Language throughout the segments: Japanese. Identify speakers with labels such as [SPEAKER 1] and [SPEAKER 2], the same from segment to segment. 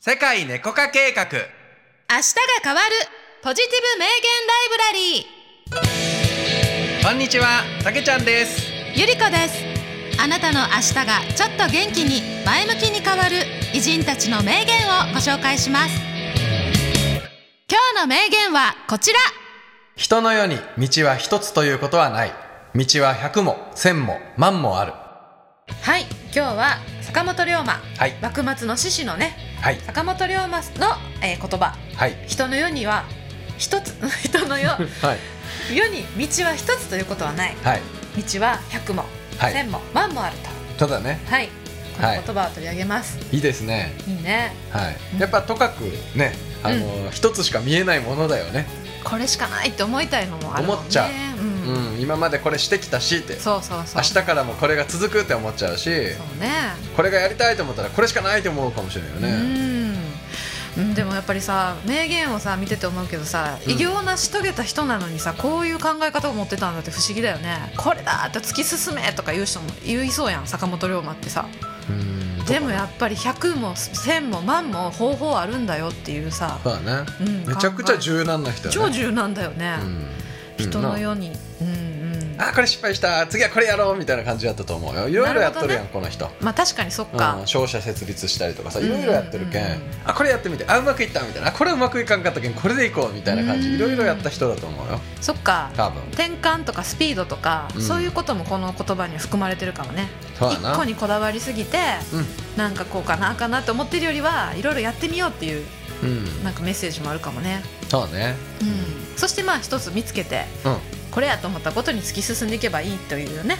[SPEAKER 1] 世界猫化計画
[SPEAKER 2] 明日が変わるポジティブ名言ライ
[SPEAKER 1] こんにちはたけちゃんです
[SPEAKER 2] ブラリーゆりこですあなたの明日がちょっと元気に前向きに変わる偉人たちの名言をご紹介します今日の名言はこちら
[SPEAKER 1] 人の世に道は一つということはない道は百も千も万もある
[SPEAKER 2] はい今日は坂本龍馬、
[SPEAKER 1] はい
[SPEAKER 2] 幕末の志士のね
[SPEAKER 1] はい
[SPEAKER 2] 坂本龍馬の、え言葉
[SPEAKER 1] はい
[SPEAKER 2] 人の世には一つ 人の世
[SPEAKER 1] はい
[SPEAKER 2] 世に道は一つということはない
[SPEAKER 1] はい
[SPEAKER 2] 道は百も
[SPEAKER 1] はい
[SPEAKER 2] 千も万もあると
[SPEAKER 1] ただね
[SPEAKER 2] はい、この
[SPEAKER 1] はい
[SPEAKER 2] 言葉を取り上げます。
[SPEAKER 1] いいですね
[SPEAKER 2] い、いね、
[SPEAKER 1] はいやっぱとかくねあの一、つしか見えないものだよね
[SPEAKER 2] これしかないって思いたいのもあるもんね。
[SPEAKER 1] 思っちゃ
[SPEAKER 2] う、
[SPEAKER 1] うんん、今までこれしてきたしって
[SPEAKER 2] そうそうそ
[SPEAKER 1] 明
[SPEAKER 2] う。
[SPEAKER 1] 日からもこれが続くって思っちゃうし
[SPEAKER 2] そうね。
[SPEAKER 1] これがやりたいと思ったらこれしかないと思うかもしれないよね
[SPEAKER 2] うんうん。でもやっぱりさ名言をさ見てて思うけどさ、
[SPEAKER 1] うん
[SPEAKER 2] 偉業を成し遂げた人なのにさこういう考え方を持ってたんだって不思議だよねこれだって突き進めとか言う人も言いそうやん坂本龍馬ってさ
[SPEAKER 1] うん
[SPEAKER 2] でもやっぱり100も1000も万も方法あるんだよっていうさ、
[SPEAKER 1] そうだね
[SPEAKER 2] うん、
[SPEAKER 1] めちゃくちゃ
[SPEAKER 2] 考
[SPEAKER 1] 柔軟な人だ
[SPEAKER 2] え超
[SPEAKER 1] ね
[SPEAKER 2] 柔軟だよね、
[SPEAKER 1] うん
[SPEAKER 2] 人の
[SPEAKER 1] うん
[SPEAKER 2] 世に、うんうん、
[SPEAKER 1] あこれ失敗した次はこれやろうみたいな感じだったと思うよいろいろやっとるやんこの人、
[SPEAKER 2] まあ確かにそっ
[SPEAKER 1] う
[SPEAKER 2] か
[SPEAKER 1] ん、、商社設立したりとかさ
[SPEAKER 2] うん
[SPEAKER 1] いろいろやってるけん、
[SPEAKER 2] うん
[SPEAKER 1] あこれやってみてあうまくいったみたいなあこれうまくいかんかったけんこれでいこうみたいな感
[SPEAKER 2] う
[SPEAKER 1] じ
[SPEAKER 2] ん
[SPEAKER 1] いろいろやった人だと思うよ
[SPEAKER 2] そっか
[SPEAKER 1] 多分
[SPEAKER 2] 転換とかスピードとか、
[SPEAKER 1] うん
[SPEAKER 2] そういうこともこの言葉には含まれてるかもね
[SPEAKER 1] そうだ
[SPEAKER 2] 一個
[SPEAKER 1] な
[SPEAKER 2] にこだわりすぎてなんかこうかなあかなって思ってるよりはいろいろやってみようっていう
[SPEAKER 1] うん、うん、
[SPEAKER 2] なんかメッセージもあるかもね、
[SPEAKER 1] そうね
[SPEAKER 2] うん、そしてまあ一つ見つけて
[SPEAKER 1] うん
[SPEAKER 2] これやと思ったことに突き進んでいけばいいというね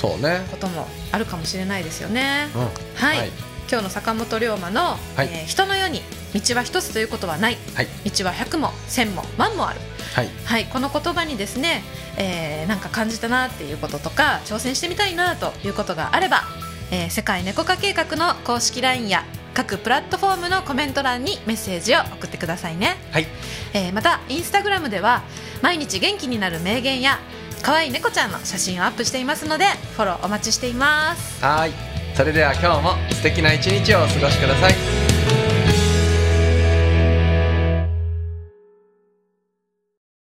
[SPEAKER 1] そうね
[SPEAKER 2] こともあるかもしれないですよね、
[SPEAKER 1] うん
[SPEAKER 2] はい、
[SPEAKER 1] はい
[SPEAKER 2] 今日の坂本龍馬の、
[SPEAKER 1] はい
[SPEAKER 2] えー人の世に道は一つということはない
[SPEAKER 1] はい
[SPEAKER 2] 道は百も千も万もある
[SPEAKER 1] はい
[SPEAKER 2] はい、この言葉にですね、えーなんか感じたなっていうこととか挑戦してみたいなということがあれば、えー世界猫化計画の公式 LINE や各プラットフォームのコメント欄にメッセージを送ってくださいね、
[SPEAKER 1] はい
[SPEAKER 2] えーまたインスタグラムでは毎日元気になる名言や可愛い猫ちゃんの写真をアップしていますのでフォローお待ちしています
[SPEAKER 1] はいそれでは今日も素敵な一日をお過ごしください